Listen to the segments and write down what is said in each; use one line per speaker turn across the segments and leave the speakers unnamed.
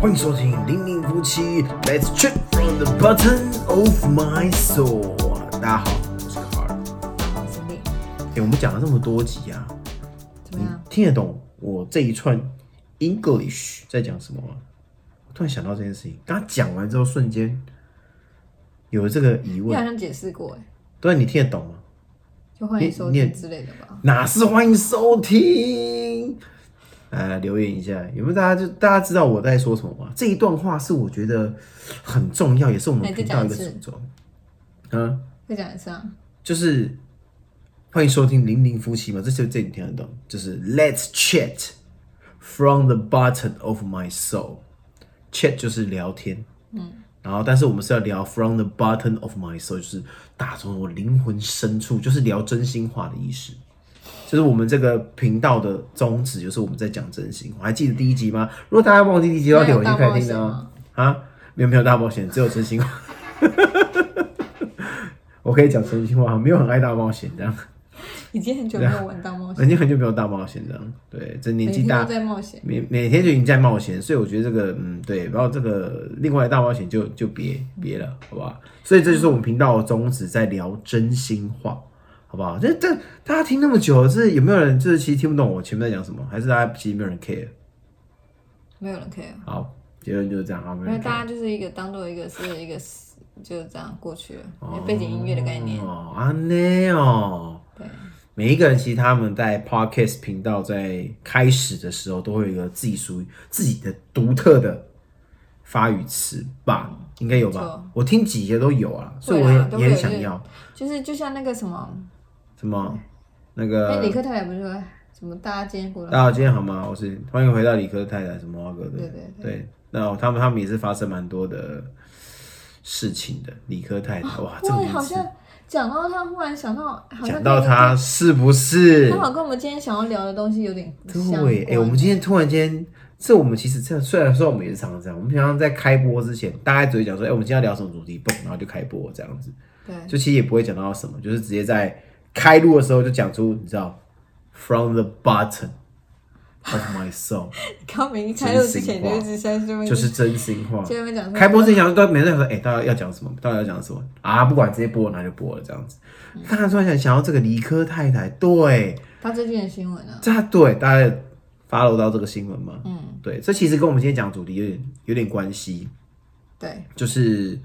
欢迎收听《零零夫妻》，Let's check from the bottom of my soul。大家好，我是 Carl。
兄弟，
哎、我们讲了这么多集啊，
怎么样？
听得懂我这一串 English 在讲什么吗？我突然想到这件事情，刚刚讲完之后，瞬间有了这个疑
你好
问。
像解释过哎，
对，你听得懂吗？
就欢迎收
你
听
你
之类的吧。
哪是欢迎收听？来来留言一下，有没有大家就大家知道我在说什么吗？这一段话是我觉得很重要，也是我
那
们
你再
频道一个
讲
主
一次
轴。嗯，
再讲一次啊，
就是欢迎收听《零零夫妻》嘛，这就这你听得懂，就是 Let's chat from the bottom of my soul。chat 就是聊天，嗯，然后但是我们是要聊 from the bottom of my soul，就是打从我灵魂深处，就是聊真心话的意思。就是我们这个频道的宗旨，就是我们在讲真心话。还记得第一集吗？如果大家忘记第一集的话，
那
点
有
回去
大
看
冒
一
险
听啊
吗？。
啊，没有没有大冒险，只有真心话。 我可以讲真心话，没有很爱大冒险这样，
已经很久没有玩大冒
已
险，
经呃很久没有大冒险这样。对，这年
哦每
纪
天都
大，
在冒险。
每每天就已经在冒险，所以我觉得这个，嗯，对，然后这个另外的大冒险就就别别了，好不好？所以这就是我们频道的宗旨，在聊真心话，好不好？这这大家听那么久，这有没有人就是其实听不懂我前面在讲什么？还是大家其实没有人 care？
没有人 care，
好，结论就是这样，好，没
因
有
为
人 care。
大家就是一个当做一个是一个是就是这样过去了，有背景音乐的概念。
哦，啊那哦。
对，
每一个人其实他们在 podcast 频道在开始的时候，都会有一个自己属于自己的独特的发语词吧，应该有
没
吧
错？
我听几节都有啊，所以我
对
也
啊都会
也
有
很
一
想
些
要
就是就像那个什么，哎
什么那
那理
个。
科太太不是说什么大家今天过
大
得
家好，今天好吗？我是欢迎回到理科太太什么花哥的，
啊对对
对，那他们他们也是发生蛮多的事情的。理科太太，哇，这个
哦哇，
名
好
字
像讲到她，忽然想到，好像
讲到
跟
他是不是？
刚好跟我们今天想要聊的东西有点相
对，哎、
关
我们今天突然间，这我们其实这样，虽然说我们也是常常这样，我们平常在开播之前，大家只会讲说，哎、我们今天要聊什么主题，嘣，然后就开播这样子，
对，
就其实也不会讲到什么，就是直接在开录的时候就讲出，你知道，from the bottom of my soul，
刚没开录之前就一直在这边，
就是真心话。
这边讲说
开播之前想说，都没人想说，哎、到底要讲什么？到底要讲什么啊？不管直接播，那就播了这样子。大家突然想想要这个理科太太，对，
他最近的新闻啊，
这样对大家有 follow 到这个新闻吗？嗯，对，这其实跟我们今天讲的主题有点有点关系，
对，
就是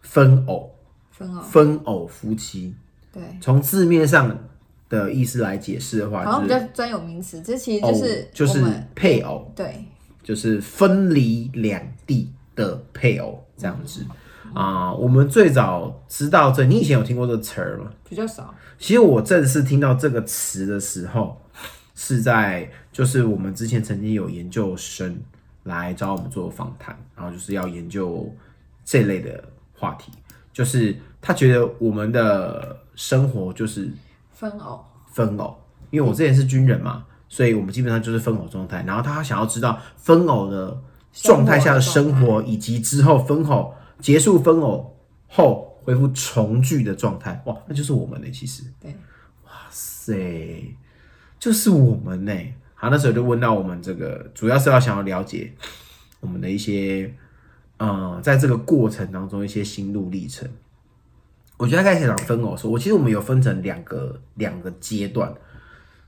分偶、
分哦，
分偶夫妻。
对，
从字面上的意思来解释的话，
好像比
就是
较专有名词，这其实
偶
就是
就
我
是
们
配偶，
对
就是分离两地的配偶这样子。
嗯
啊、我们最早知道这，你以前有听过这个词儿吗？
比较少，
其实我正式听到这个词的时候，是在就是我们之前曾经有研究生来找我们做访谈，然后就是要研究这类的话题，就是他觉得我们的生活就是
分哦偶，
分偶，因为我之前是军人嘛，所以我们基本上就是分偶状态。然后他想要知道分偶的状态下的生活，以及之后分偶结束分偶后恢复重聚的状态。哇，那就是我们呢、其实。
对，
塞，就是我们呢、好，那时候就问到我们这个，主要是要想要了解我们的一些，呃，在这个过程当中一些心路历程。我觉得开始讲分偶说，我其实我们有分成两个两个阶段，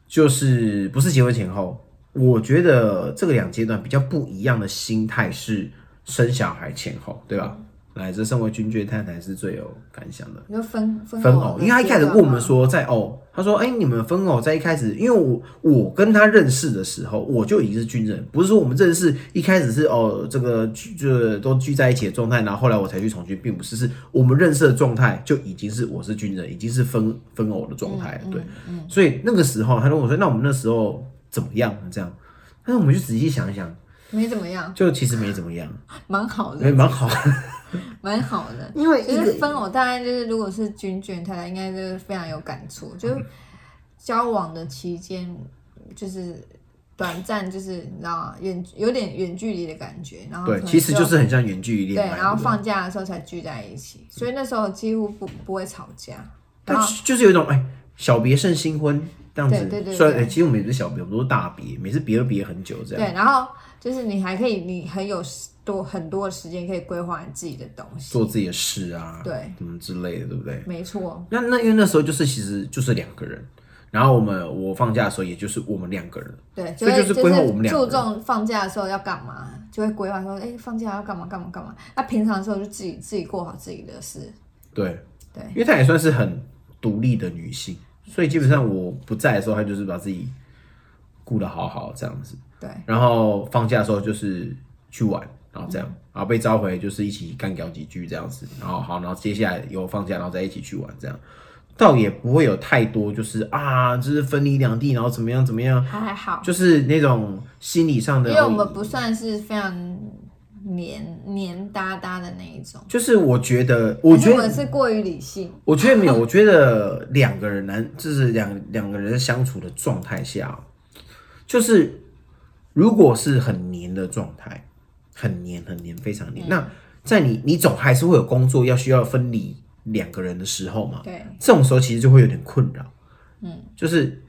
就是不是结婚前后。我觉得这个两阶段比较不一样的心态是生小孩前后，对吧？来，这身为军眷太太是最有感想的。
你说分分哦
分哦偶，因为他一开始问我
嗯
们，说在偶，他说：“哎、你们分偶在一开始，因为我我跟他认识的时候，我就已经是军人，不是说我们认识一开始是哦这个聚就是都聚在一起的状态，然后后来我才去从军，并不是，是我们认识的状态就已经是我是军人，已经是分分哦偶的状态了，对，
嗯
所以那个时候他跟我说，那我们那时候怎么样这样？但是我们就仔细想一想，
没怎么样，
就其实没怎么样，
蛮好
没嗯
的，
蛮好，
蛮好的。
因为
就
一个
是分偶，大概就是如果是军眷太太，应该就是非常有感触。就是交往的期间，就是短暂，就是你知道吗？远有点远距离的感觉，然后
对，
可能
其实
之
就
后
是很像远距离
嗯对，
恋爱，
然后
对不对
放假的时候才聚在一起，所以那时候几乎不不会吵架。
但
然后
是就是有一种哎、小别胜新婚这样子。
啊对对对
虽然、
对
哎其实啊我们也不是小别，我们都是大别，每次别都别很久这样。
对，然后就是你还可以，你很有多很多的时间可以规划你自己的东西。
做自己的事啊，
对，
什么之类的，对不对？
没错，
那那因为那时候就是其实就是两个人，然后我们我放假的时候也就是我们两个人，
对，
所以
会
就是
就
规划我们两个
注
人
重放假的时候要干嘛，就会规划说，哎，放假要干嘛干嘛干嘛。那平常的时候就自己自己过好自己的事。
对，
对
因为她也算是很独立的女性，所以基本上我不在的时候，她就是把自己顾得好好这样子，
对，
然后放假的时候就是去玩，然后这样，然后被召回就是一起干掉几句这样子，然后好，然后接下来有放假，然后再一起去玩这样，倒也不会有太多就是啊，就是分离两地，然后怎么样怎么样，
还还好，
就是那种心理上的，
因为我们不算是非常黏黏哒哒的那一种，
就是我觉得，我觉
还是我们
得，
是过于理性。
我觉得没有，我觉得两个人难，就是两两个人相处的状态下，就是如果是很黏的状态，很黏很黏，非常黏，那在你你总还是会有工作要需要分离两个人的时候嘛，
对，
这种时候其实就会有点困扰，嗯，就是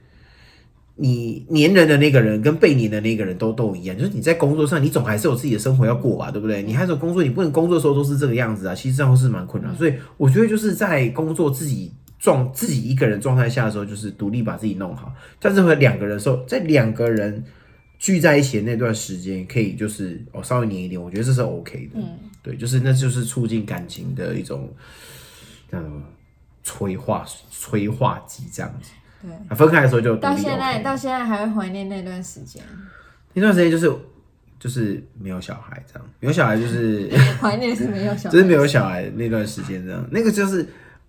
你粘人的那个人跟被粘的那个人都都一样，就是你在工作上，你总还是有自己的生活要过吧，对不对？你还是有工作，你不能工作的时候都是这个样子啊，其实这样是蛮困扰。所以我觉得就是在工作自己状自己一个人状态下的时候，就是独立把自己弄好，但是和两个人的时候，在两个人。聚在一起的那段时间，可以就是哦稍微黏一点，我觉得这是 OK 的，
嗯，
对，就是那就是促进感情的一种，叫什么催化催化剂这样子。
对。
啊分开的时候就独
到
立
现在
OK
到现在还会怀念那段时间，
那段时间就是就是没有小孩这样，没有小孩就是
怀念是没有小孩，
就是没有小孩那段时间这样，那个就是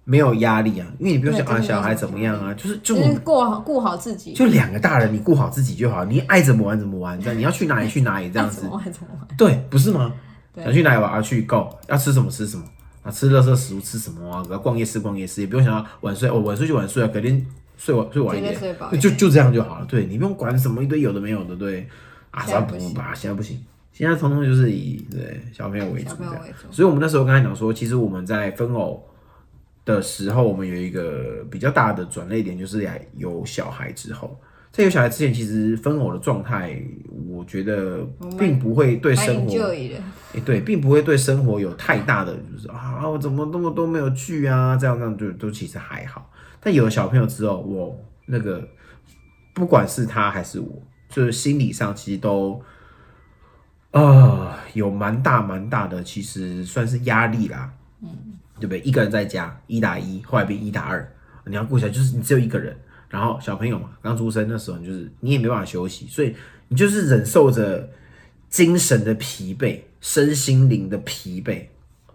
没有压力啊，因为你不用想
对
啊
真的
小孩
没什
怎
么
么样啊，就是就
就
我
是
们
过好顾好自己，
就两个大人，你顾好自己就好，你爱怎么玩怎么玩，这样你要去哪里去哪里这样
爱
子
啊怎，么玩怎么玩。
对，不是吗？
对
想去哪里玩啊？去 go，要吃什么吃什么啊？吃垃圾食物吃什么啊？逛夜市逛夜市，也不用想要晚睡哦，晚睡就晚睡啊，隔天睡晚睡晚一
绝对
点
睡饱，一
就
点
就这样就好了。对你不用管什么一堆有的没有的，对啊，只
现
要
在
不
不行
吧，现在不行，现在通通就是以对小朋友为主这
小朋友
样
为。主
所以我们那时候刚才讲说，其实我们在分偶。的时候，我们有一个比较大的转捩点，就是来有小孩之后，在有小孩之前，其实分偶的状态，我觉得并不会对
蛮
生活
enjoy 的，
欸，对，并不会对生活有太大的就是啊，我怎么那么多没有去啊，这样这样就都其实还好。但有了小朋友之后，我那个不管是他还是我，就是心理上其实都呃有蛮大蛮大的，其实算是压力啦，嗯，对不对？一个人在家一打一，后来变一打二，你要顾起来就是你只有一个人，然后小朋友嘛刚出生那时候，你就是你也没办法休息，所以你就是忍受着。精神的疲惫、身心灵的疲惫、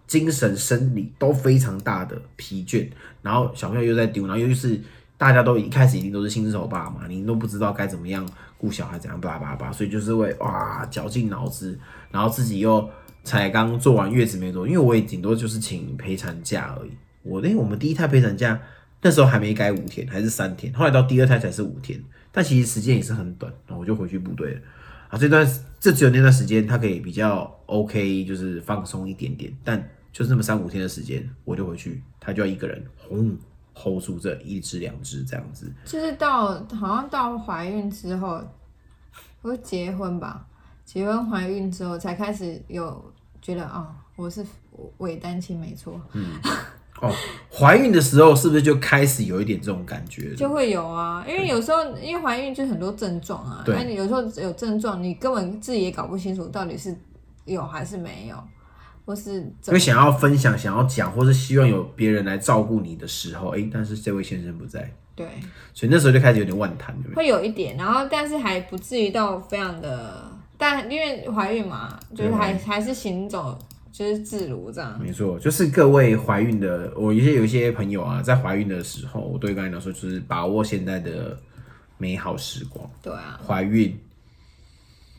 精神生理都非常大的疲倦，然后小朋友又在丢，然后尤其是大家都一开始一定都是新手爸嘛，你都不知道该怎么样顾小孩，怎样叭叭叭，所以就是会哇绞尽脑汁，然后自己又才刚做完月子没多久，因为我也顶多就是请陪产假而已。我那、我们第一胎陪产假那时候还没改五天，还是三天，后来到第二胎才是五天，但其实时间也是很短，然后我就回去部队了。啊，这段这只有那段时间，他可以比较 OK，就是放松一点点，但就是那么三五天的时间，我就回去，他就要一个人轰 hold 住这一只两只这样子。
就是到好像到怀孕之后，不是结婚吧？结婚怀孕之后才开始有觉得哦，我是伪单亲没错，
哦，怀孕的时候是不是就开始有一点这种感觉了？
就会有啊，因为有时候因为怀孕就很多症状啊，
对
那你有时候有症状，你根本自己也搞不清楚到底是有还是没有，或是
因
怎
为
么
想要分享、想要讲，或是希望有别人来照顾你的时候，哎，但是这位先生不在，
对，
所以那时候就开始有点万谈，有没有？
会有一点，然后但是还不至于到非常的，但因为怀孕嘛，就是还还是行走就是自如这样，
没错，就是各位怀孕的，我有些有一些朋友啊，在怀孕的时候，我对刚才讲说，就是把握现在的美好时光。
对啊，
怀孕，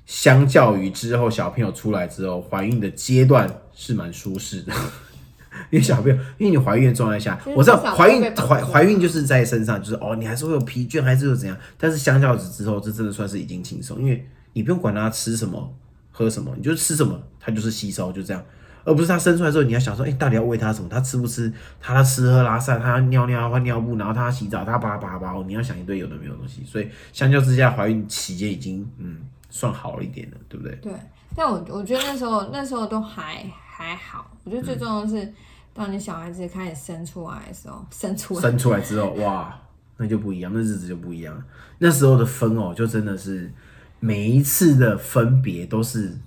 相较于之后小朋友出来之后，怀孕的阶段是蛮舒适的。 因为小朋友，因为你怀孕的状态下
就是，
我知道
至少不
怀孕
会被绑
怀
住
怀孕就是在身上，就是哦，你还是会有疲倦，还是有怎样。但是相较之之后，这真的算是已经轻松，因为你不用管他吃什么、喝什么，你就吃什么，他就是吸收，就这样，而不是他生出来之后，你要想说，哎、到底要喂他什么？他吃不吃？他他吃喝拉撒，他要尿尿换尿布，然后他要洗澡，他叭叭叭，哦你要想一堆有的没有的东西。所以相较之下，怀孕期间已经嗯算好一点了，对不对？
对，但我我觉得那时候那时候都还还好，我觉得最重要的是，
嗯
当你小孩子开始生出来的时候，生出来，
生出来之后，哇，那就不一样，那日子就不一样了。那时候的分哦，就真的是每一次的分别都是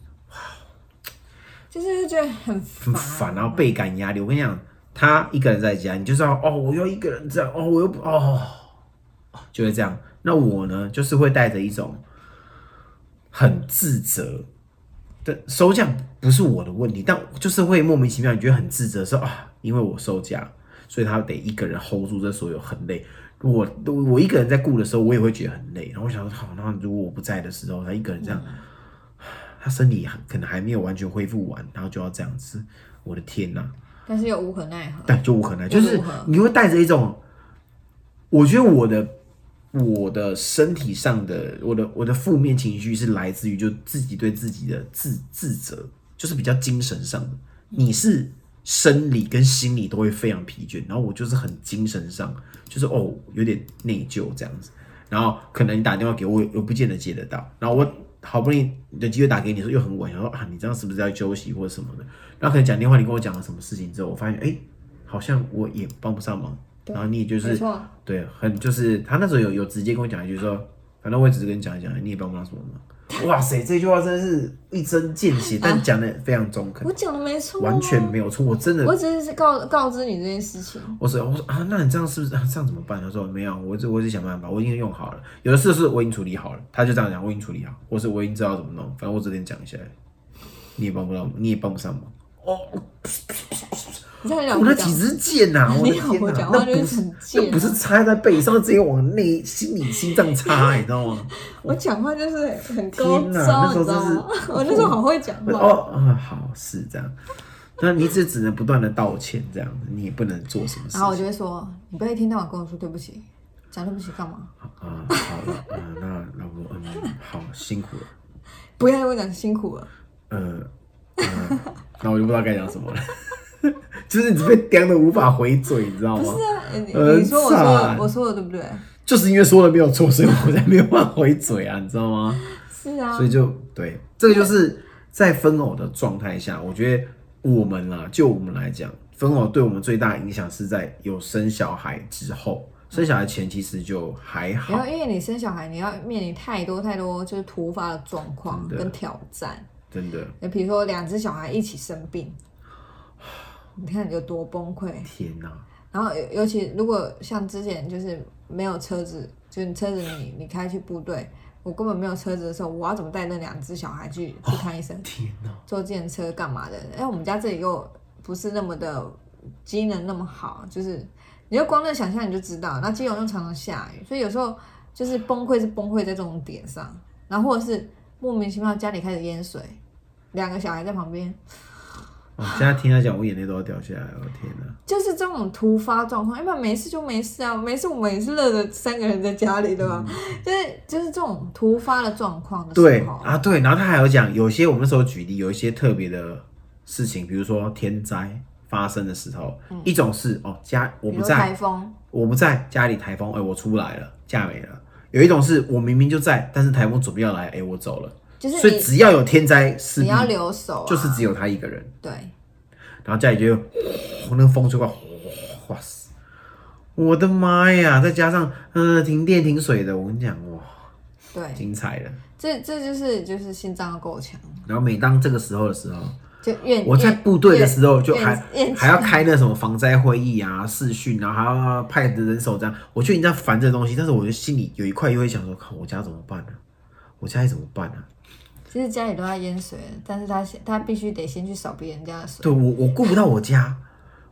就是会觉得很
很
烦，啊
烦，然后倍感压力。我跟你讲，他一个人在家，你就知道哦，我又一个人这样，哦，我又不哦，就会这样。那我呢，就是会带着一种很自责的收假，不是我的问题，但就是会莫名其妙，你觉得很自责，说啊，因为我收假，所以他得一个人 hold 住这所有，很累。如果我一个人在顾的时候，我也会觉得很累。然后我想说，好，那如果我不在的时候，他一个人这样，他身体还可能还没有完全恢复完，然后就要这样子，我的天呐、
但是又无可奈何。
但就无可奈，就
又
是
如何
你会带着一种，我觉得我的我的身体上的我的我的负面情绪是来自于就自己对自己的自自责，就是比较精神上的。你是生理跟心理都会非常疲倦，然后我就是很精神上，就是哦有点内疚这样子，然后可能你打电话给我，我不见得接得到，然后我。好不容易有机会打给你的时候又很晚，然后啊，你这样是不是要休息或者什么的？然后可能讲电话，你跟我讲了什么事情之后，我发现哎、好像我也帮不上忙。
对
然后你也就
没
是呃
错，
对，很就是他那时候有有直接跟我讲一句说，反正我也只是跟你讲一讲，你也帮不上什么忙。哇塞，这句话真的是一针见 血，但讲的非常中肯，
啊我讲的没错、啊，
完全没有错。我真的，
我只是告告知你这件事情，
我说我说啊，那你这样是不是、啊、这样怎么办？他说没有，我只我只想办法，我已经用好了。有的事是我已经处理好了，他就这样讲，我已经处理好，或是我已经知道怎么弄，反正我只跟你讲一下，你也帮不到，你也帮不上忙。哦
你在聊
我那几支箭呐、我的
你老
天
婆
呐、
讲话
那
就是
不是
很贱、
那
啊，
不是插在背上，直接往内心里心脏插、你知道吗？
我讲话就是很高
天哪那
招，
时候
你知道
真是
吗？ 我那时候好会讲
哦
话，
啊，好是这样，那你只只能不断的道歉，这样你也不能做什么事
然后我
情
就会说，你不要一天到晚跟我说对不起，讲对不起干嘛？
啊。好了，啊，那老婆，嗯，好辛苦了，
不要跟我讲辛苦了，
呃，呃 那我就不知道该讲什么了， 就是你被刁的无法回嘴，你知道
不
吗
是？啊？你
哦很
你说我说的
惨
我说的对不对？
就是因为说了没有错，所以我才没有办法回嘴啊，你知道吗？
是啊
所，以就对，这个就是在分偶的状态下，我觉得我们啦，就我们来讲，分偶对我们最大的影响是在有生小孩之后，生小孩前其实就还
然后
好，
因为你生小孩，你要面临太多太多就是突发的状况
真的
跟挑战，
真的，
你比如说两只小孩一起生病，你看有多崩溃。
天哪、
然后尤尤其如果像之前就是没有车子，就是你车子你你开去部队，我根本没有车子的时候，我要怎么带那两只小孩去去看医生、
天哪、
坐电车干嘛的？哎，我们家这里又不是那么的机能那么好，就是你就光那想象你就知道，那基隆又常常下雨，所以有时候就是崩溃是崩溃在这种点上，然后或者是莫名其妙家里开始淹水，两个小孩在旁边，
我哦现在听他讲，我眼泪都要掉下来了，天哪、
就是这种突发状况，要不然没事就没事啊，没事我们也是乐着三个人在家里，对吧？就是就是这种突发的状况的
嗯对
时候，
啊，对，然后他还有讲，有些我们那时候举例，有一些特别的事情，比如说天灾发生的时候，一种是哦家我
嗯比
不
如
在，
台风，
我不在，家里台风，哎、我出不来了，假没了。有一种是我明明就在，但是台风准备要来，哎、我走了。
就
所
是
以
你
只要有天灾事
你
必，
要留守、啊，
就是只有他一个人，
对，
然后家里就有那个风吹过来，哇塞！我的妈呀！再加上嗯、呃停电停水的，我跟你讲哇，
对，
精彩了。
这这就是就是心脏要够强，
然后每当这个时候的时候，
就愿
我在部队的时候就
愿
还
愿
还要开那什么防灾会议啊、视讯，然后还要派人手这样。我就已经在烦这东西，但是我就心里有一块又会想说，靠，我家怎么办呢、我家里怎么办呢、啊
其实家里都要淹水了，但是他先他必须得先去扫别人家的水，
对我，我顾不到我家，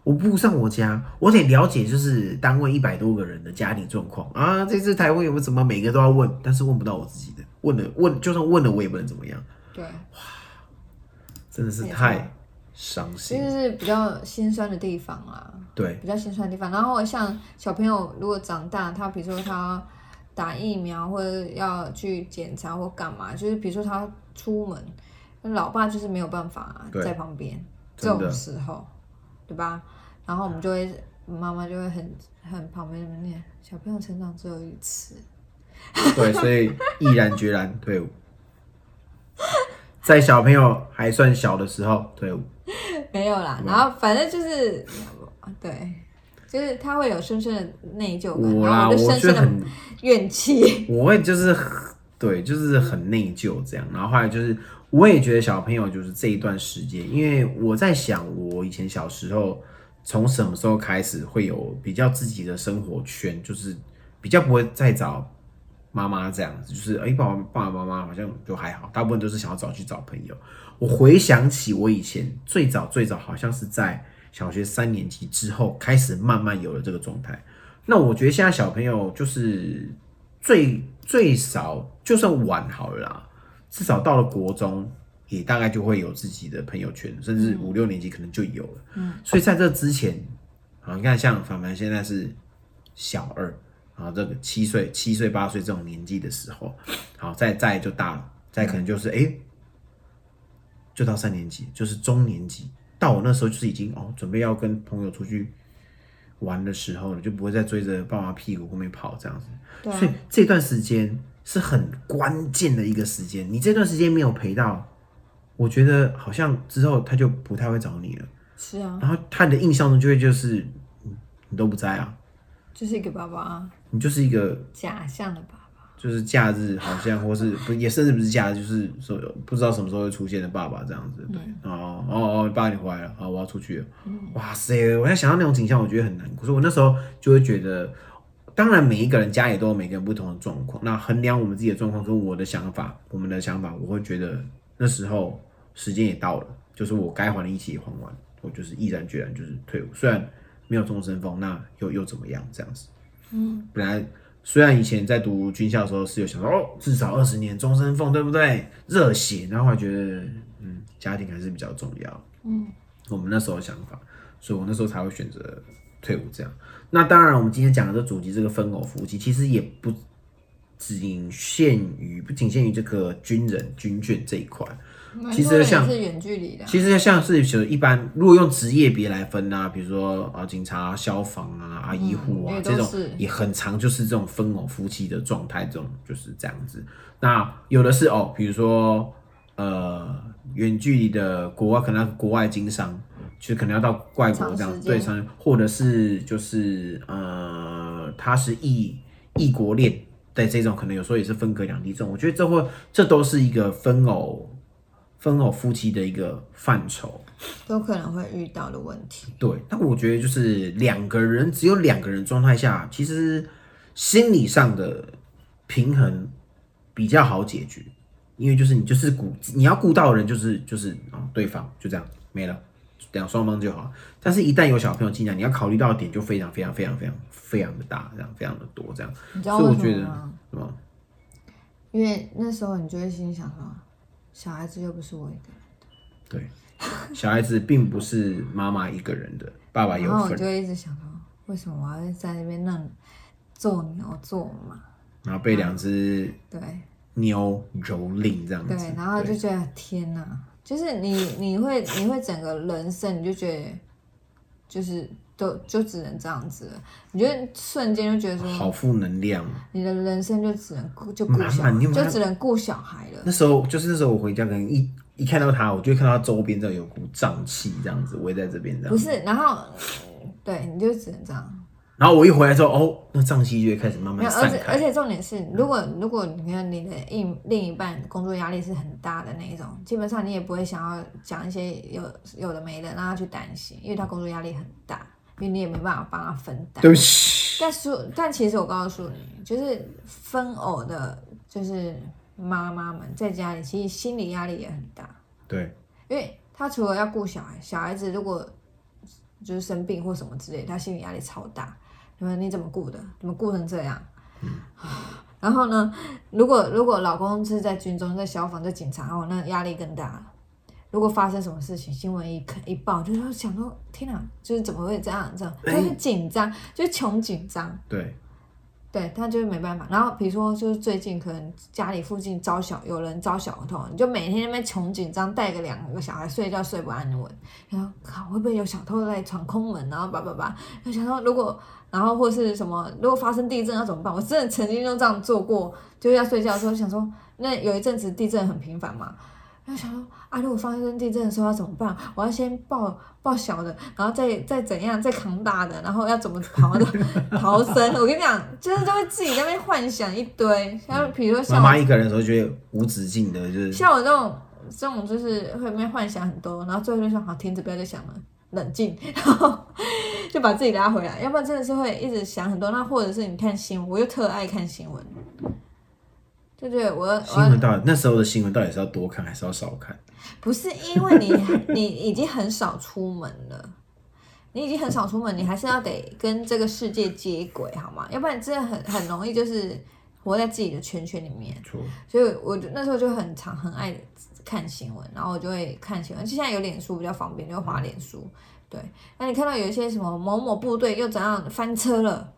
我顾不上我家，我得了解就是单位一百多个人的家庭状况啊。这次台湾有没有怎么每个都要问，但是问不到我自己的，问了问就算问了我也不能怎么样，
对，
真的是
没错
太伤
这
心
就。是比较心酸的地方啊啦。
对，
比较心酸的地方。然后像小朋友如果长大，他比如说他打疫苗或者要去检查或干嘛，就是比如说他出门，那老爸就是没有办法
对
在旁边，这
真的
种时候，对吧？然后我们就会妈妈就会很很旁边那边念，小朋友成长只有一次，
对，所以毅然决然退伍。在小朋友还算小的时候退伍，
没有啦，然后反正就是，对，就是他会有深深的内疚感，
我
然
啦，
后
我
就深
觉
深
得很
的怨气。
我会就是很对，就是很内疚这样。然后后来就是，我也觉得小朋友就是这一段时间，因为我在想，我以前小时候从什么时候开始会有比较自己的生活圈，就是比较不会再找妈妈这样子，就是哎、爸爸爸爸妈妈好像就还好，大部分都是想要找去找朋友。我回想起我以前最早最早好像是在小学三年级之后开始慢慢有了这个状态。那我觉得现在小朋友就是最最少就算晚好了啦，至少到了国中也大概就会有自己的朋友圈，甚至五六年级可能就有了。
嗯，
所以在这之前，啊，你看像凡凡现在是小二，然后这个七岁、七岁、八岁这种年纪的时候，好，再再就大了，再可能就是哎、诶就到三年级，就是中年级。到我那时候就是已经哦，准备要跟朋友出去玩的时候了，就不会再追着爸妈屁股后面跑这样子。
对
所以
啊，
这段时间是很关键的一个时间，你这段时间没有陪到，我觉得好像之后他就不太会找你了。
是啊，
然后他的印象中就会就是嗯你都不在啊，
就是一个爸爸啊，
你就是一个
假象的爸爸。
就是假日好像或是不也甚至不是假日，就是说不知道什么时候会出现的爸爸这样子，对，嗯哦哦哦，爸你回来了，好我要出去了，哇塞，我在想到那种景象，我觉得很难过，所以我那时候就会觉得。当然，每一个人家里都有每个人不同的状况。那衡量我们自己的状况跟我的想法，我们的想法，我会觉得那时候时间也到了，就是我该还的义气也还完，我就是毅然决然就是退伍。虽然没有终身俸，那又又怎么样？这样子，嗯，本来虽然以前在读军校的时候是有想说，哦，至少二十年终身俸，对不对？热血，然后还觉得，嗯，家庭还是比较重要。
嗯，
我们那时候的想法，所以我那时候才会选择退伍这样。那当然，我们今天讲的这主题这个分偶夫妻，其实也不仅限于不仅限于这个军人军眷这一块。
蛮
其实
多人也
像
是远距离的啊，
其实像是就一般，如果用职业别来分啊，比如说啊警察、消防啊、啊医护啊、
嗯也都
这种
是，
也很常就是这种分偶夫妻的状态，这种就是这样子。那有的是哦，比如说呃远距离的国外，可能要国外经商，其实可能要到外国这
长
样
时间
对，长或者是就是呃他是异异国恋。对这种可能有时候也是分隔两地，这种我觉得这会这都是一个分偶分偶夫妻的一个范畴。
都可能会遇到的问题。
对，但我觉得就是两个人只有两个人状态下，其实心理上的平衡比较好解决，因为就是你就是顾你要顾到的人就是就是啊、对方就这样没了，两双方就好。但是，一旦有小朋友进来，你要考虑到的点就非常非常非常非常非常的大，这样非常的多，这样
你知道
所以
为
我觉
什
得
么吗？
是吗？
因为那时候你就会心想说，小孩子又不是我一个人，
对，小孩子并不是妈妈一个人的，爸爸有
然后我
份
哦就，会一直想说，为什么我要在那边让做牛做马？
然后被两只
对
妞蹂躏这样子。
嗯对，然后就觉得天哪，就是你你会你会整个人生你就觉得，就是都就只能这样子了，你就瞬间就觉得说，
好负能量。
你的人生就只能顾就顾
满
小
满
孩，
你有没有
就只能顾小孩了。
那时候就是那时候我回家，可能一一看到他，我就会看到他周边这有股瘴气这样子围在这边这样
不
子。
是，然后呃对，你就只能这样。
然后我一回来之后，哦，那瘴气就会开始慢
没
慢
有，而
散
且而
开。嗯
且重点是，如果如果你看你的另另一半工作压力是很大的那一种，基本上你也不会想要讲一些有有的没的让他去担心，因为他工作压力很大，因为你也没办法帮他分担
对。不起，
但所但其实我告诉你，就是分偶的，就是妈妈们在家里其实心理压力也很大，
对，
因为他除了要顾小孩，小孩子如果就是生病或什么之类，他心理压力超大。你们你怎么顾的？怎么顾成这样？ 然后呢，如果如果老公是在军中、在消防、在警察，哦，那压力更大了。如果发生什么事情，新闻一看一报，就是想说天哪，就是怎么会这样这样？他就紧张，就是穷紧张，
对，
对他就是没办法。然后比如说就是最近可能家里附近招小有人招小偷，你就每天那边穷紧张，带个两个小孩睡觉睡不安稳，然后靠会不会有小偷来闯空门，然后叭叭叭，就想说如果然后或是什么如果发生地震要怎么办？我真的曾经就这样做过，就是要睡觉的时候想说，那有一阵子地震很频繁嘛。然后想说啊，如果发生地震的时候要怎么办？我要先抱抱小的，然后再再怎样，再扛大的，然后要怎么逃的 逃生？我跟你讲，就是就会自己在那边幻想一堆，像比如说
妈
像
妈
我
一个人的时候，觉得无止境的，就是
像我这种这种就是会面幻想很多，然后最后就说好停止，不要再想了。冷静，然后就把自己拉回来，要不然真的是会一直想很多。那或者是你看新闻，我又特爱看新闻，就觉得我要我
新
要
闻到底那时候的新闻到底是要多看还是要少看？
不是因 为你你已经很少出门了，你已经很少出门，你还是要得跟这个世界接轨，好吗？要不然真的很很容易就是活在自己的圈圈里面。
错，
所以我就那时候就很常很爱看新闻，然后我就会看新闻。就现在有脸书比较方便，就滑脸书。对，那你看到有一些什么某某部队又怎样翻车了，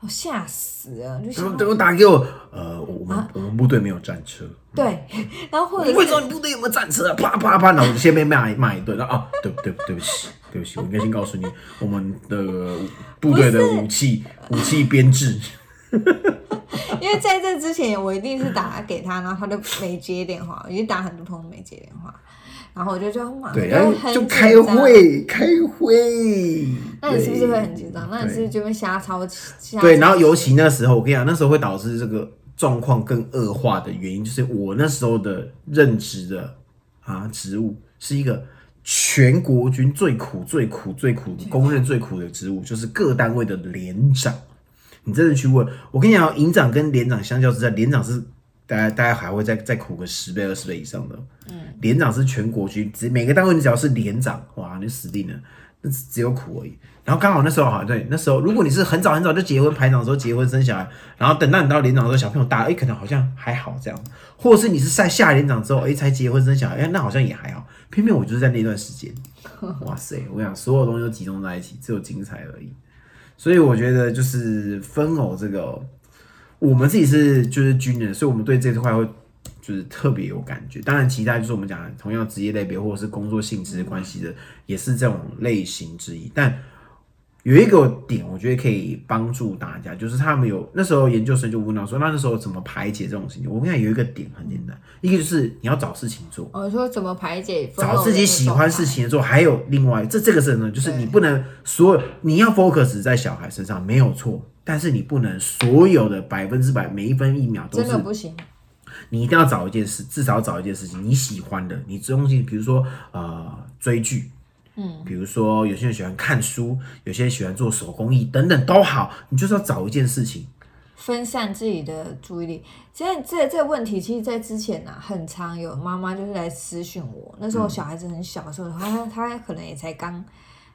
我吓死啊了，就
他
想
们
说
对我打给我，呃，我们、我们部队没有战车，
对，然后或者
我不知
是
道你部队有没有战车啊？啪啪啪，然后我就先被骂骂一顿，然后啊，对对对不起，对不起，我应该先告诉你，我们的部队的武器武器编制，
因为在这之前，我一定是打给他，然后他就没接电话，我已经打很多通没接电话，然后我就说嘛，
对，
我
然
就
后
很
就
紧
开
张。
会开会，
那你是不是
对
会很紧张？那你是不是就会瞎操瞎
对，然后尤其那时候，我跟你讲，那时候会导致这个状况更恶化的原因，就是我那时候的任职的啊职务是一个全国军最苦、最苦、最苦、公认最苦的职务，就是各单位的连长。你真的去问，我跟你讲，营长跟连长相较之下，连长是大家大家还会再再苦个十倍、二十倍以上的。嗯，连长是全国军，只每个单位你只要是连长，哇，你死定了，那只只有苦而已。然后刚好那时候好像对，那时候如果你是很早很早就结婚排长的时候结婚生小孩，然后等到你到连长的时候小朋友大了，哎，可能好像还好这样，或者是你是在下连长之后，哎，才结婚生小孩，哎，那好像也还好。偏偏我就是在那段时间，哇塞，我想所有东西都集中在一起，只有精彩而已。所以我觉得就是分偶这个哦，我们自己是就是军人，所以我们对这块会就是特别有感觉。当然，其他就是我们讲的同样职业类别或者是工作性质关系的，也是这种类型之一。但有一个点，我觉得可以帮助大家，就是他们有那时候研究生就问到说，那那时候怎么排解这种情绪？我跟你讲，有一个点很简单，一个就是你要找事情做。
我说怎么排解分
找
偶
自己
的
喜
状
欢
态
事情的时候，还有另外这这个是什么呢？就是你不能所有你要 focus 在小孩身上没有错，但是你不能所有的百分之百每一分一秒都
真
是
的不行，
你一定要找一件事，至少找一件事情你喜欢的，你这东西，比如说呃追剧，嗯，比如说有些人喜欢看书，有些人喜欢做手工艺等等都好，你就是要找一件事情。
分散自己的注意力。现在这这问题，其实，在之前啊，很常有妈妈就是来私讯我。那
嗯
时候小孩子很小的时候，她她可能也才刚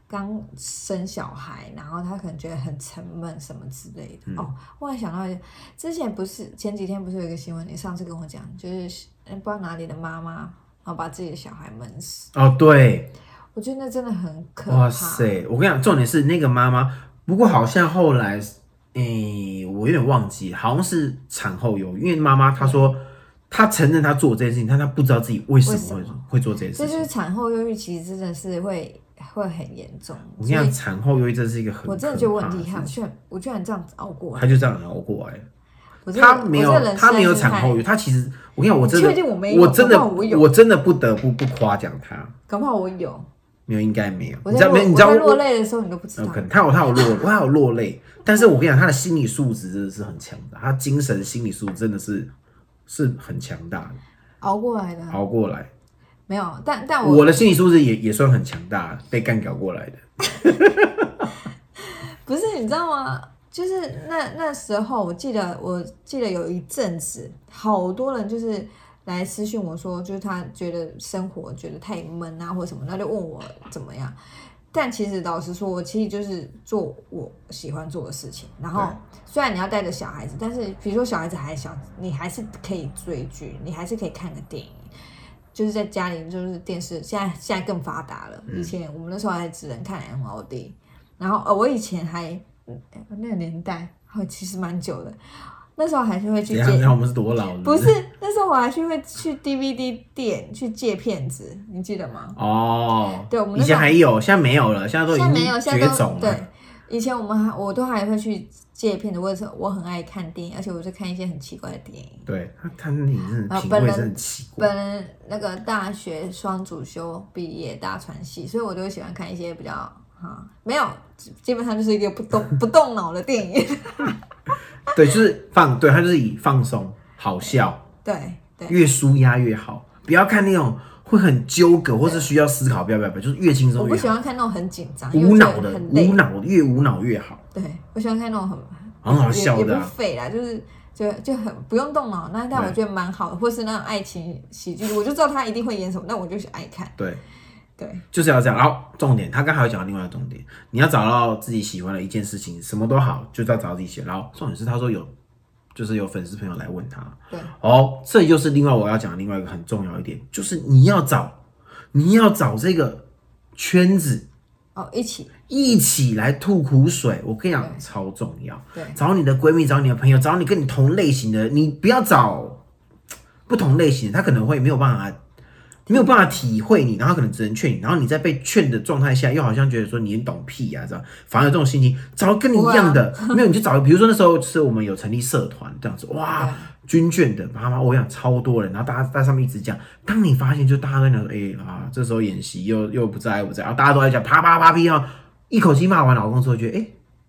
刚生小孩，然后她可能觉得很沉闷什么之类的。
嗯
哦，我然想到一件，之前不是前几天不是有一个新闻，你上次跟我讲，就是嗯不知道哪里的妈妈，然后把自己的小孩闷死。
哦，对，
我觉得那真的很可怕。
哇塞！我跟你讲，重点是那个妈妈，不过好像后来，诶、我有点忘记，好像是产后忧郁，因为妈妈她说她承认她做这件事情，但她不知道自己为什么会
为什
会做这件
这
事
就
情。
是产后忧郁，其实真的是会会很严重。
我跟你
所以
讲，产后忧郁这是一个很
我真的觉得我
可怕
很
的
厉害，
事
我
情
居然我居然这样子熬过来
她。就这样熬过来了。
我这
她没
我这
有，
人
她没有
生态
产后忧郁，她其实我跟你讲，我真
你确
的，
定我没有
我真的，
搞不好我有
我真的不得不不夸奖她，
搞不好我有。
没有，应该没有。
我
你
在
知道没？
落
你
我
知道
在
我
落泪的时候，你都不知
有
道
可。能他有他有落，他有落泪，但是我跟你讲，他的心理素质真的是很强大，他精神心理素质真的是是很强大的，
熬过来的
熬过来。
没有，但但我
我的心理素质也也算很强大，被干搞过来的。
不是你知道吗？就是那那时候，我记得我记得有一阵子，好多人就是来私信我说，就是他觉得生活觉得太闷啊，或什么，他就问我怎么样。但其实老实说，我其实就是做我喜欢做的事情。然后虽然你要带着小孩子，但是比如说小孩子还小，你还是可以追剧，你还是可以看个电影。就是在家里，就是电视，现在现在更发达了。以前我们那时候还只能看 MOD，然后呃，我以前还嗯那个年代，哦，其实蛮久的，那时候还是会
怎
去
样？你
借，
看我们是多老？
不是那时候我还去会去 DVD 店去借片子，你记得吗？
哦，
对我们那
以
时
前
候
还有，现在没有了，现在都已
现在没
经
有，现在
绝
都
种
对
了。。
以前我们还我都还会去界片的，我也是我很爱看电影，而且我是看一些很奇怪的电影。
对他他那里真的
啊
品
本
味
人
真的很奇怪。
本人那个大学双主修毕业大传系，所以我都会喜欢看一些比较哈、没有，基基本上就是一个不动不动脑的电影。
对，就是放，对他就是以放松、好笑，
对对
越舒压越好，不要看那种会很纠葛或是需要思考，不要不要不要，就是越轻
我
松
不
越
喜
好，
欢看那种很紧张，因为
无
我觉
脑
得
的，
啊很累
无。脑的越无脑越好，
对，我喜欢看那种很
很好
也
笑
也
的、
不
啊。
废啦，就是就就很不用动脑，那但我
对
觉得蛮好的，或是那种爱情喜剧，我就知道他一定会演什么，那我就是爱看。
对，
对
就是要这啊样。然后重点，他刚才有讲到另外一个重点，你要找到自己喜欢的一件事情，什么都好，就是要找到自己喜欢。然后重点是他说有，就是有粉丝朋友来问他，
对
哦，这就是另外我要讲的另外一个很重要一点，就是你要找，你要找这个圈子
哦，一起
一起来吐苦水。我跟你讲，
对
超重要。
对
找你的闺蜜，找你的朋友，找你跟你同类型的，你不要找不同类型的，他可能会没有办法，没有办法体会你，然后他可能只能劝你，然后你在被劝的状态下，又好像觉得说你懂屁呀、这样，反而有这种心情，找跟你一样的，没有你就找，比如说那时候是我们有成立社团这样子，哇，军眷的妈妈，我想超多人，然后大家在上面一直讲，当你发现就大家都在讲说，哎、啊，这时候演习又又不在又不在，然啊后大家都在讲啪啪啪屁啊，一口气骂完老公之后，觉得哎、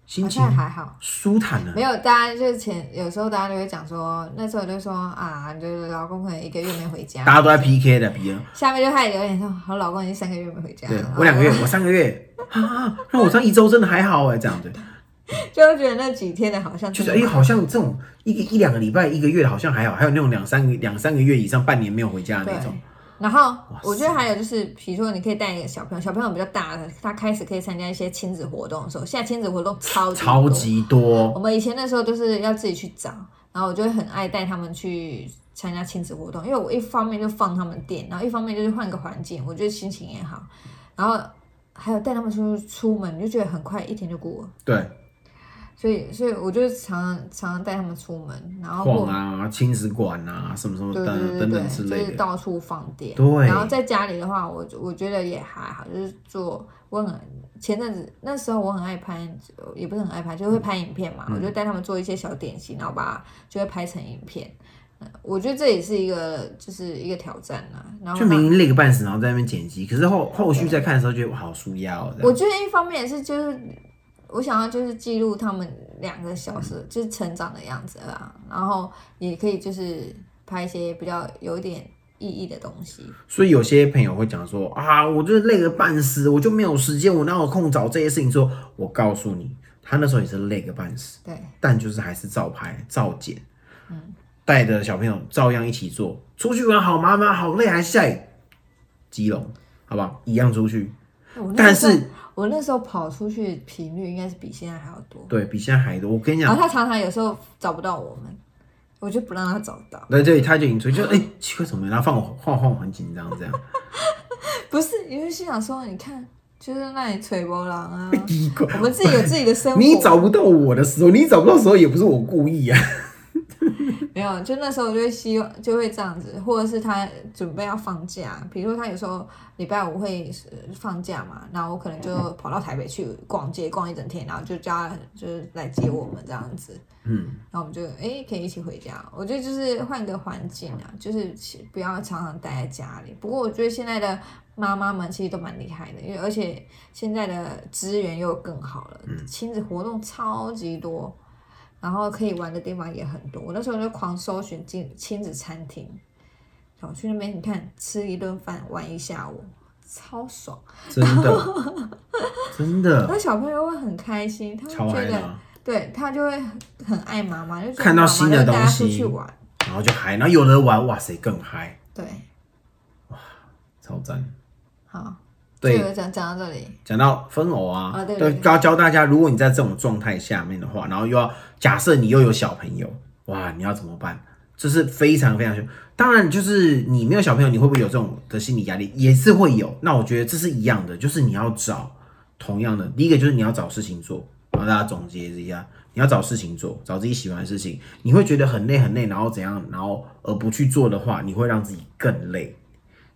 心
好
情
像还好。
舒坦了、
没有，大家就是前有时候大家就会讲说，那时候就说啊，就是老公可能一个月没回家，
大家都在 PK 的比尔，
下面就开始留言说，我老公已经三个月没回家
对
了，
我两个月，我三个月啊，那我上一周真的还好哎，这样对，
就会觉得那几天的好像
就是哎、
真的
好像这种一个一两个礼拜、一个月的好像还好，还有那种两三个两三个月以上、半年没有回家的
对
那种，。
然后
哇
我觉得还有就是，比如说你可以带一个小朋友，小朋友比较大了，他开始可以参加一些亲子活动的时候，现在亲子活动超级
超
多
级多
我们以前那时候都是要自己去找，然后我就会很爱带他们去参加亲子活动，因为我一方面就放他们电，然后一方面就是换个环境，我觉得心情也好。然后还有带他们出出门，你就觉得很快一天就过了。
对，
所以，所以我就常常常常带他们出门，然后
晃
或
啊、亲子馆啊、什么什么
对
等
对对
等
对
等之，
就
类
是
的，
到处放电。
对
然后在家里的话，我我觉得也还好，就是做我很前阵子那时候我很爱拍，也不是很爱拍，就会拍影片嘛。我
嗯
就带他们做一些小点心，然后把它就会拍成影片。呃我觉得这也是一个就是一个挑战啦。然后
就明明累个半死，然后在那边剪辑，可是后后续在看的时候觉得哇，好舒压哦，这
我
样
觉得一方面也是就是我想要就是记录他们两个小时、就是成长的样子啦，然后也可以就是拍一些比较有一点意义的东西。
所以有些朋友会讲说啊，我就是累个半死，我就没有时间，我哪有空找这些事情做？我告诉你，他那时候也是累个半死。
对。
但就是还是照拍照剪，带着小朋友照样一起做。出去玩好麻烦，好累，还下雨。基隆，好不好？一样出去，
我那
但
时候
是
我那时候跑出去频率应该是比现在还要多。
对比现在还多。我跟你
然
讲
后，他常常有时候找不到我们，我就不让他找到。
对对，他就已经出去，就哎、奇怪怎么了？然后放我晃晃，很紧张这样。
不是，因为心想说，你看，就是那里吹波浪啊，
奇怪，
我们自己有自己的生活。
哎你找不到我的时候，你找不到的时候也不是我故意啊。
没有？就那时候我就会希望就会这样子，或者是他准备要放假，比如说他有时候礼拜五会呃放假嘛，然后我可能就跑到台北去逛街逛一整天，然后就叫他就是来接我们这样子。
嗯，
然后我们就哎、诶可以一起回家。我觉得就是换个环境啊，就是其不要常常待在家里。不过我觉得现在的妈妈们其实都蛮厉害的，因为而且现在的资源又更好了，
嗯
亲子活动超级多，然后可以玩的地方也很多。我那时候就狂搜寻亲亲子餐厅，然后去那边你看吃一顿饭玩一下午，超爽。
真的， 真的，
那小朋友会很开心，他
超
会
嗨
觉
嗯的
得
啊。
对他就会很很爱妈妈，就觉得
看到
妈妈
新的
就带他
东西
出去玩。
然后就嗨，然后有的玩，哇塞，更嗨，
对，
超赞。
好，
对，
就讲讲到这里，
讲到分偶啊，
啊对对对
教教大家，如果你在这种状态下面的话，然后又要假设你又有小朋友，哇，你要怎么办？这是非常非常凶。当然，就是你没有小朋友，你会不会有这种的心理压力？也是会有。那我觉得这是一样的，就是你要找同样的，第一个就是你要找事情做。然后大家总结一下，你要找事情做，找自己喜欢的事情。你会觉得很累很累，然后怎样，然后而不去做的话，你会让自己更累。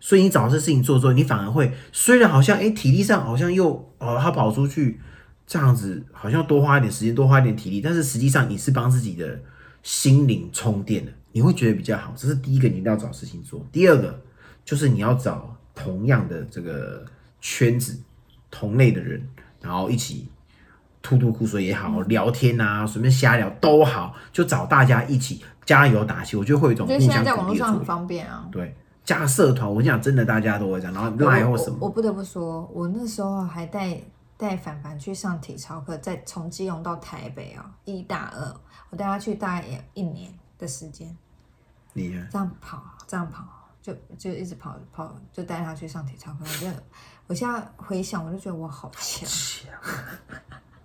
所以你呃找这事情做做，你反而会虽然好像哎、诶体力上好像又哦他跑出去，这样子好像多花一点时间，多花一点体力，但是实际上你是帮自己的心灵充电的，你会觉得比较好。这是第一个，你一定要找事情做；第二个就是你要找同样的这个圈子、同类的人，然后一起吐吐苦水也
嗯
好，聊天啊，随便瞎聊都好，就找大家一起加油打气。我觉得会有一
我
种
觉得
互
现在
相
在网
鼓
络
励的
上
作用。
很方便啊。
对，加社团，我想真的大家都会这样，然后赖或什
我我
么，
不得不说，我那时候还带带凡凡去上体操课，再从基隆到台北哦，一大二，我带他去大概一年的时间，
你看
这样跑，啊这样跑，就就一直跑跑，就带他去上体操课。我觉得我现在回想，我就觉得我好强。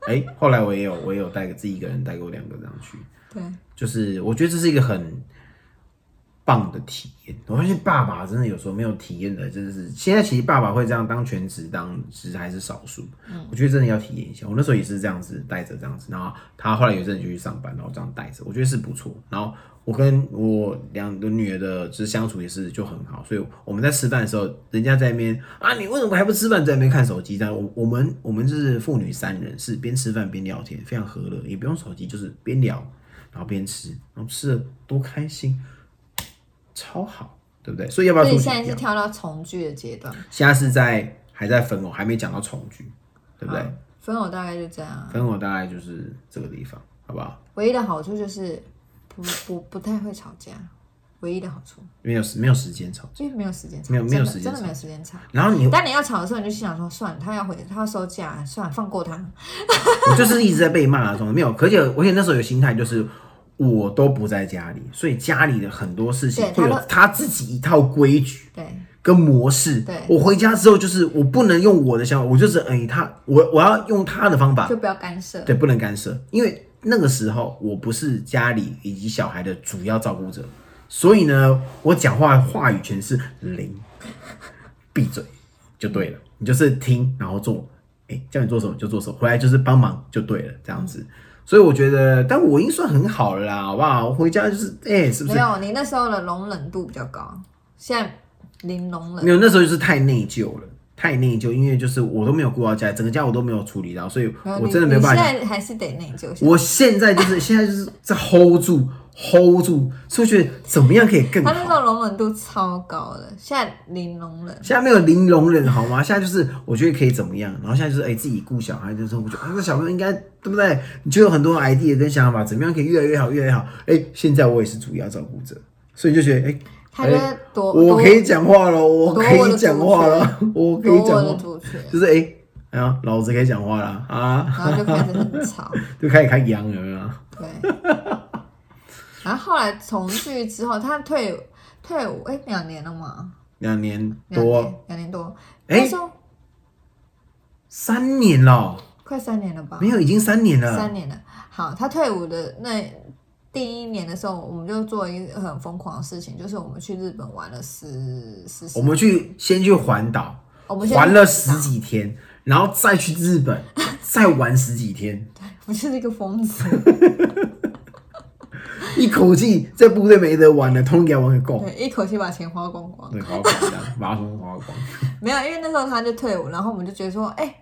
哎、后来我也有，我也有带个自己一个人带过两个这样去，
对，
就是我觉得这是一个很棒的体验。我发现爸爸真的有时候没有体验的，真的是现在其实爸爸会这样当全职当，其实还是少数。我觉得真的要体验一下。我那时候也是这样子带着这样子，然后他后来有一阵子就去上班，然后这样带着，我觉得是不错。然后哎我跟我两个女儿的就是相处也是就很好，所以我们在吃饭的时候，人家在那边啊，你为什么还不吃饭，在那边看手机？但我我们我们就是父女三人，是边吃饭边聊天，非常和乐，也不用手机，就是边聊然后边吃，然后吃的多开心，超好，对不对？所以要不要
所
出
以
去
现在
一
是
样
跳到从句的阶段，
现在是在还在分偶，还没讲到重聚，对不对？
分偶大概就这样啊。
分偶大概就是这个地方，好不好？
唯一的好处就是不不不太会吵架，唯一的好处
没有时没有时间吵，
就是没有时间吵，
没有没有时间
真的真的
吵
没有时间吵。
然后你
当你要吵的时候，你就心想说：算了，他要回，他要收假，算了，放过他。
我就是一直在被骂的状态，没有。而且而且那时候有心态就是。我都不在家里，所以家里的很多事情
对
会有
他都
他自己一套规矩
对，
跟模式。
对
我回家之后就是我不能用我的想法，我就是哎、他我我要用他的方法，
就不要干涉。
对，不能干涉，因为那个时候我不是家里以及小孩的主要照顾者，所以呢，我讲话话语权是零，闭嘴就对了，你就是听然后做，哎、叫你做什么就做什么，回来就是帮忙就对了，这样子。所以我觉得，但我已经算很好了啦，好不好？我回家就是，哎、是不
没
是？
有，你那时候的容忍度比较高，现在零容忍
没。有，那时候就是太内疚了，太内疚，因为就是我都没有顾到家，整个家我都没有处理到，所以
没有
我
哦你
真的没有办法
你。现在还是得内疚。
我现在就是现在就是在 hold 住，hold 住，所以我觉得怎么样可以更
他那
好？
种容忍度超高的，现在零容忍。
现在没有零容忍好吗？现在就是我觉得可以怎么样？然后现在就是哎、自己顾小孩的时候，我觉得啊，这小朋友应该对不对？你就有很多 idea 跟想法，怎么样可以越来越好，越来越好？哎、现在我也是主要照顾者，所以就觉得哎、
他觉得夺
我可以讲话了，我可以讲话了，我可
夺
以
我
讲
的
话，
主权，
就是哎。哎呀，老子可以讲话了啊！
然后就开始很吵。
就开始啊开羊了有没有？
对。然后后来从剧之后，他退退伍哎两年了嘛，
两年
两
多，
年两年多，
哎
那时候
三年了，
快三年了吧？
没有，已经三年了。
三年了。好，他退伍的那第一年的时候，我们就做一个很疯狂的事情，就是我们去日本玩了十十四
我们去先去环岛，
我们先
环了十几天，然后再去日本，再玩十几天，
我就是一个疯子，
一口气在部队没得玩了，通给他玩个够。
对，一口气把钱花光光。
对，花光这样，把它全花光。
没有，因为那时候他就退伍，然后我们就觉得说，哎、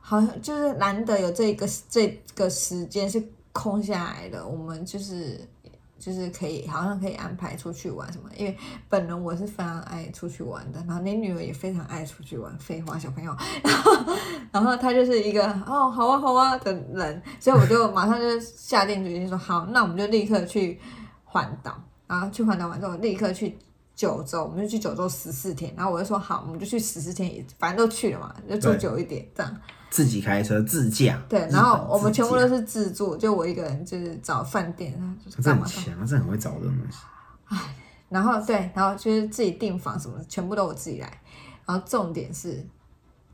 好像就是难得有这个这个时间是空下来的，我们就是就是可以好像可以安排出去玩什么。因为本人我是非常爱出去玩的，然后你女儿也非常爱出去玩，废话小朋友。 然后然后他就是一个哦好啊好啊的人，所以我就马上就下定决心说，好，那我们就立刻去环岛。然后去环岛完之后，立刻去九州，我们就去九州十四天。然后我就说好，我们就去十四天，反正都去了嘛，就住
对
久一点这样。
自己开车自啊驾，
对，然后我们全部
日
都
本
是自助，就我一个人就是找饭店，然后就是
自驾这
干
很
嘛干嘛
强，这很会找这种东西。
然后对，然后就是自己订房什么的，全部都我自己来。然后重点是，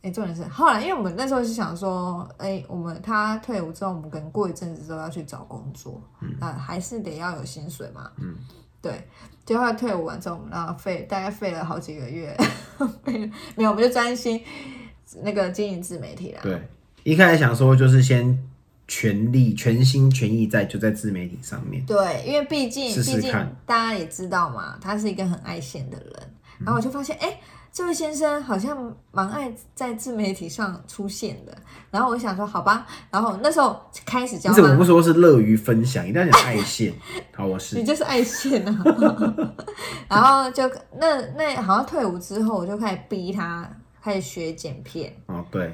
哎，重点是后来，因为我们那时候是想说，哎，我们他退伍之后，我们可能过一阵子都要去找工作，那、还是得要有薪水嘛。
嗯，
对。结果他退伍完之后，我们浪费大概费了好几个月， 没有，我们就专心那个经营自媒体啦。
对，一开始想说就是先全力、全心全意在就在自媒体上面。
对，因为毕竟
试试
毕竟
看
大家也知道嘛，他是一个很爱现的人，
嗯
然后我就发现，哎、这位先生好像蛮爱在自媒体上出现的。然后我就想说，好吧。然后那时候开始教
你怎么
他
不，说是乐于分享？一定要讲爱 线。好，我是
你就是爱线啊。 然后就那那好像退伍之后，我就开始逼他开始学剪片，
哦，对，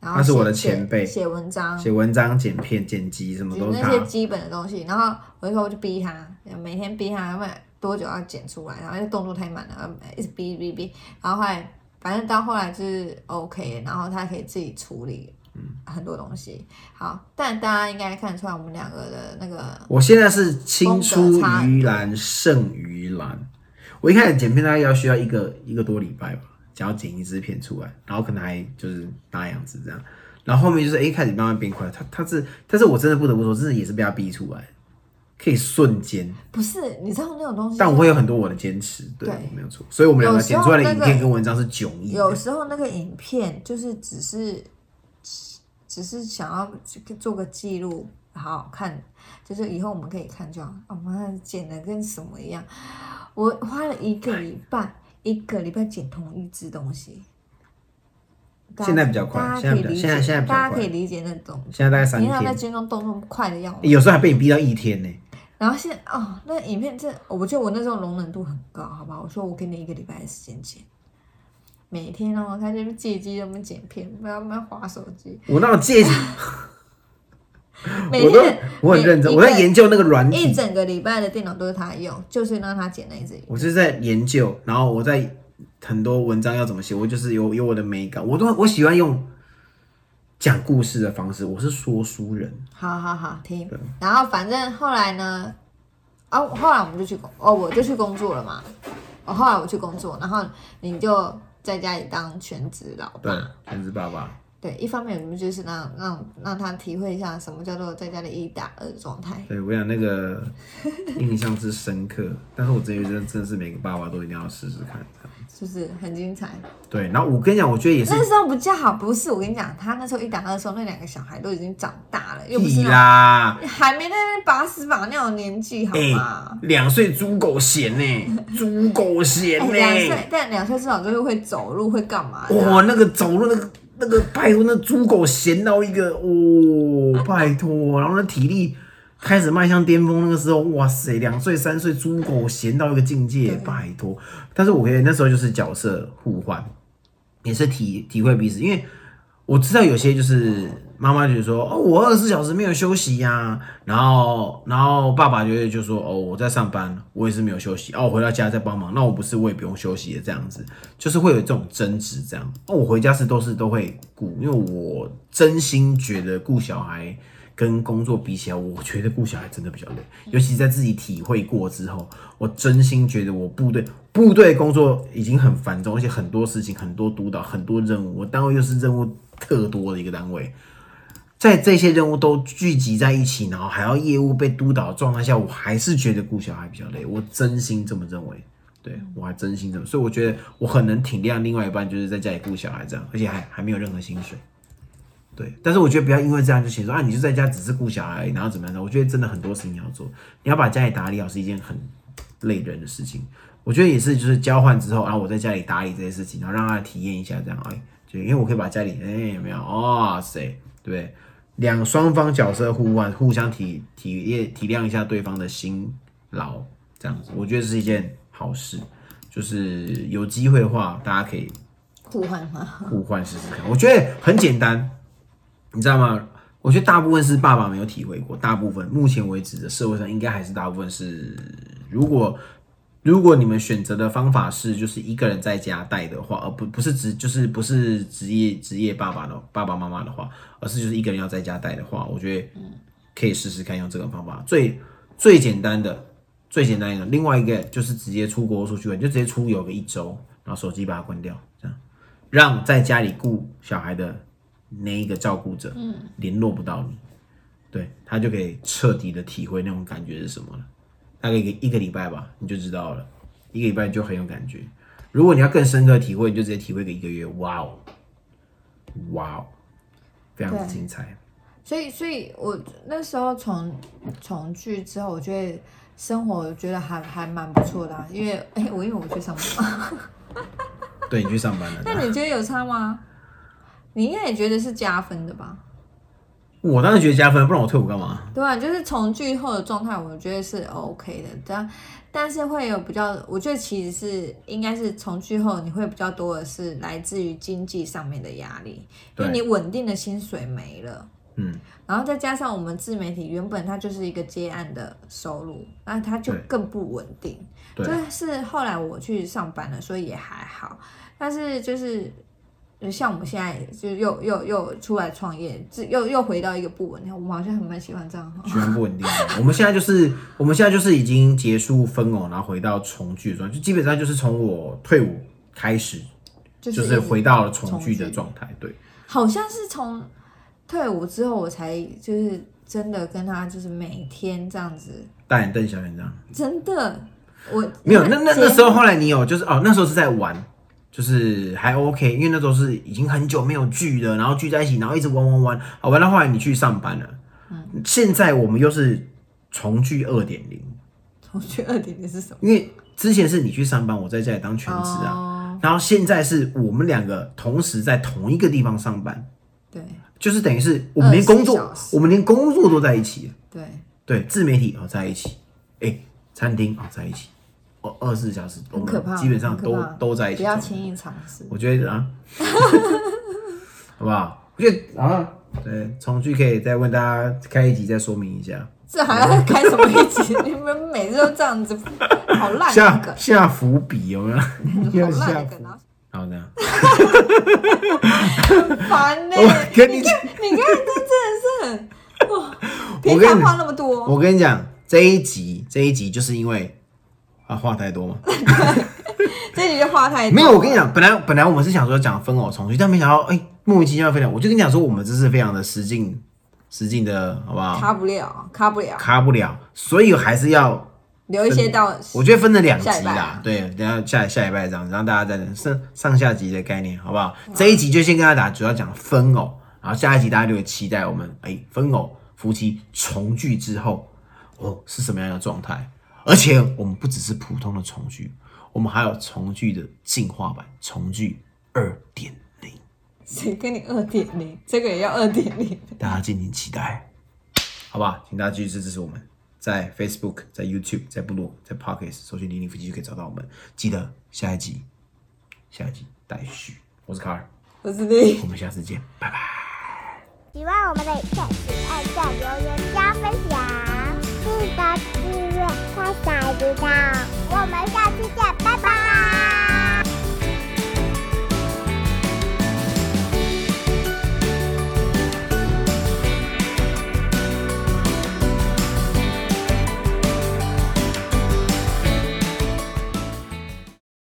然后
他是我的
写
前辈
写文章，
写文章、剪片、剪辑什么
就
都是
啊那
他
些。基本的东西。然后我就说，我就逼他，每天逼他，要不然多久要剪出来，然后就动作太慢了，一直逼逼逼。然后后来，反正到后来就是 OK，然后他可以自己处理
嗯
很多东西。好，但大家应该看得出来，我们两个的那个
我现在是青出
风格差很
于蓝胜于蓝。我一开始剪片大概要需要一个一个多礼拜吧，想要剪一支片出来，然后可能还就是大样子这样。然后后面就是哎、诶开始慢慢变快，他他是，但是我真的不得不说，真的也是被他逼出来，可以瞬间。
不是，你知道那种东西，
但我会有很多我的坚持，对，
嗯对
没有错。所以我们两个
有时
剪
候
出来的影
那个
片跟文章是迥异的。
有时候那个影片就是只是只是想要去做个记录，好好看，就是以后我们可以看就好。啊我们剪的跟什么一样，我花了一个礼拜，一个礼拜剪同一只东西。大家
现在比较快
大
现
家
在比
可以
较
理解，
现在现在比较
大家
快
可以理解那种。
现在大概三
你看在
天，
军中动作快的要命，
有时候还被你逼到一天呢、
然后现在哦，那影片真的，我觉得我那时候容忍度很高，好吧？我说我给你一个礼拜的时间剪，每天哦，他就是借机他们剪片，不要不要划手机，
我那种借机，
啊每
我都
天
我很认真，我在研究那个软
一
体，
整个礼拜的电脑都是他用，就是让他剪那一只。
我就是在研究，然后我在很多文章要怎么写，我就是有有我的美感，我都我喜欢用讲故事的方式，我是说书人，
好好好，听
对。
然后反正后来呢，哦，后来我们就去工，哦，我就去工作了嘛。哦，后来我去工作，然后你就在家里当全职老
对
爸。，
全职爸爸，
对，一方面我们就是让让让他体会一下什么叫做在家里一打二的状态。
对我想那个印象之深刻，但是我真的觉得真的是每个爸爸都一定要试试看，
是不是很精彩？
对，然后我跟你讲，我觉得也是
那时候比较好，不是我跟你讲，他那时候一打二的时候，那两个小孩都已经长大了，又不是
屁
那
啦，
种还没在那边把屎把尿的年纪，好
哎、
吗？
两岁猪狗嫌呢、猪狗嫌
哎
呢、
两岁，但两岁至少就是会走路，会干嘛的啊？
哇，那个走路那个那个，拜托，那猪狗闲到一个，哦，拜托，然后那体力开始迈向巅峰，那个时候，哇塞，两岁三岁猪狗闲到一个境界，拜托。但是我可以那时候就是角色互换，也是体体会彼此，因为我知道有些就是妈妈就说，哦，我二十四小时没有休息呀、然后然后爸爸就会就说，哦，我在上班，我也是没有休息，哦，我回到家再帮忙，那我不是我也不用休息的这样子，就是会有这种争执这样。哦那我回家是都是都会顾，因为我真心觉得顾小孩跟工作比起来，我觉得顾小孩真的比较累，尤其在自己体会过之后，我真心觉得我部队部队工作已经很繁重，而且很多事情、很多督导、很多任务，我单位又是任务特多的一个单位。在这些任务都聚集在一起，然后还要业务被督导的状态下，我还是觉得顾小孩比较累，我真心这么认为。对我还真心这么，所以我觉得我很能体谅另外一半，就是在家里顾小孩这样，而且还还没有任何薪水。对，但是我觉得不要因为这样就写说啊，你就在家只是顾小孩，然后怎么样的？我觉得真的很多事情要做，你要把家里打理好是一件很累人的事情。啊我觉得也是，就是交换之后，然、后我在家里打理这些事情，然后让他体验一下这样，哎，就因为我可以把家里，哎，有没有？哇、塞，对不对？两双方角色互换，互相体体验体谅一下对方的辛劳，这样子，我觉得是一件好事。就是有机会的话，大家可以
互换吗？
互换试试看。我觉得很简单，你知道吗？我觉得大部分是爸爸没有体会过，大部分目前为止的社会上应该还是大部分是，如果如果你们选择的方法是就是一个人在家带的话，而不不是职就是不是职业职业爸爸的爸爸妈妈的话，而是就是一个人要在家带的话，我觉得可以试试看用这个方法，最最简单的。最简单一个，另外一个就是直接出国出去玩，你就直接出游个一周，然后手机把它关掉，这样。让在家里顾小孩的那一个照顾者，
嗯
联络不到你，对他就可以彻底的体会那种感觉是什么了。大概一个一个礼拜吧，你就知道了，一个礼拜就很有感觉。如果你要更深刻的体会，你就直接体会个一个月，哇哦，哇哦，非常
对
之精彩。
所以，所以我那时候从从剧之后，我就会生活，我觉得还还蛮不错的、啊。因为哎、我因为我去上班，
对你去上班了。
那你觉得有差吗？你应该也觉得是加分的吧？
我当然觉得加分，不然我退伍干嘛？
对啊，就是从剧后的状态，我觉得是 OK 的，但但是会有比较，我觉得其实是应该是从剧后你会比较多的是来自于经济上面的压力，因为
对
你稳定的薪水没了，
嗯，
然后再加上我们自媒体原本它就是一个接案的收入，那它就
对
更不稳定。
对
就是后来我去上班了，所以也还好。但是就是呃像我们现在就又又又出来创业，自又又回到一个不稳定，我们好像很蛮喜欢这样哈。
全部稳定的。我们现在就是，我们现在就是已经结束分偶，然后回到重聚的状态，就基本上就是从我退伍开始，
就
就是是
一直
回到了重
重
聚的
聚
状态。对，
好像是从退伍之后，我才就是真的跟他就是每天这样子，
大眼瞪小眼这样。
真的我
没有，那那
结
那时候后来你有就是哦，那时候是在玩，就是还 OK，因为那时候是已经很久没有聚了，然后聚在一起，然后一直玩玩玩，好玩到后来你去上班了。
嗯
现在我们又是重聚二点零，
我去二点零是什么？
因为之前是你去上班，我在家里当全职啊，
哦，
然后现在是我们两个同时在同一个地方上班，
对
就是等于是我们连工
24小
作，
时
我们连工作都在一起，
对，
对，自媒体哦在一起，哎、餐厅哦在一起，哦二十四小时，我
很可
们
怕，
基本上
很可
都
怕
都在一起
不要
上班。
轻易尝试。
我觉得啊， 好不好？我觉得啊，对，重聚可以再问大家开一集再说明一下，
这还要开什么一集？你们每次都 这样子，好烂的
下
梗，
下伏笔有没 有？
好烂的梗，啊然
好的，
后烦呢、
我跟你讲，
你看这真的是很， 哇
跟你
平常话那么多，
我跟你讲，这一集这一集就是因为啊话太多嘛，
这集就话太多。
没有，我跟你，讲，本来本来我们是想说讲分偶重聚，但没想到哎、莫名其妙分享，我就跟你讲说我们这是非常的实劲实劲的，好不好？
卡不了，卡不了，
卡不了，所以还是要
留一些到
我觉得分了两集
下礼拜
啦
啊，
对，等一下下下礼拜这样，让大家再上上下集的概念，好不好？这一集就先跟大家打，主要讲分偶，然后下一集大家就会期待我们哎、分偶夫妻重聚之后哦是什么样的状态，而且我们不只是普通的重聚，我们还有重聚的进化版，重聚二点零，
谁 跟你二点零，这个也要二点零。
大家敬请期待，好不好？请大家继续支持我们。在 Facebook、在 YouTube、在部落、在 Pocket 搜寻“零零夫妻”就可以找到我们。记得下一集，下一集待续。我是卡尔，
我是你，
我们下次见，拜拜。
喜欢我们的影片，请按赞、留言、加分享，记得订阅，开小铃铛。我们下期见，拜拜。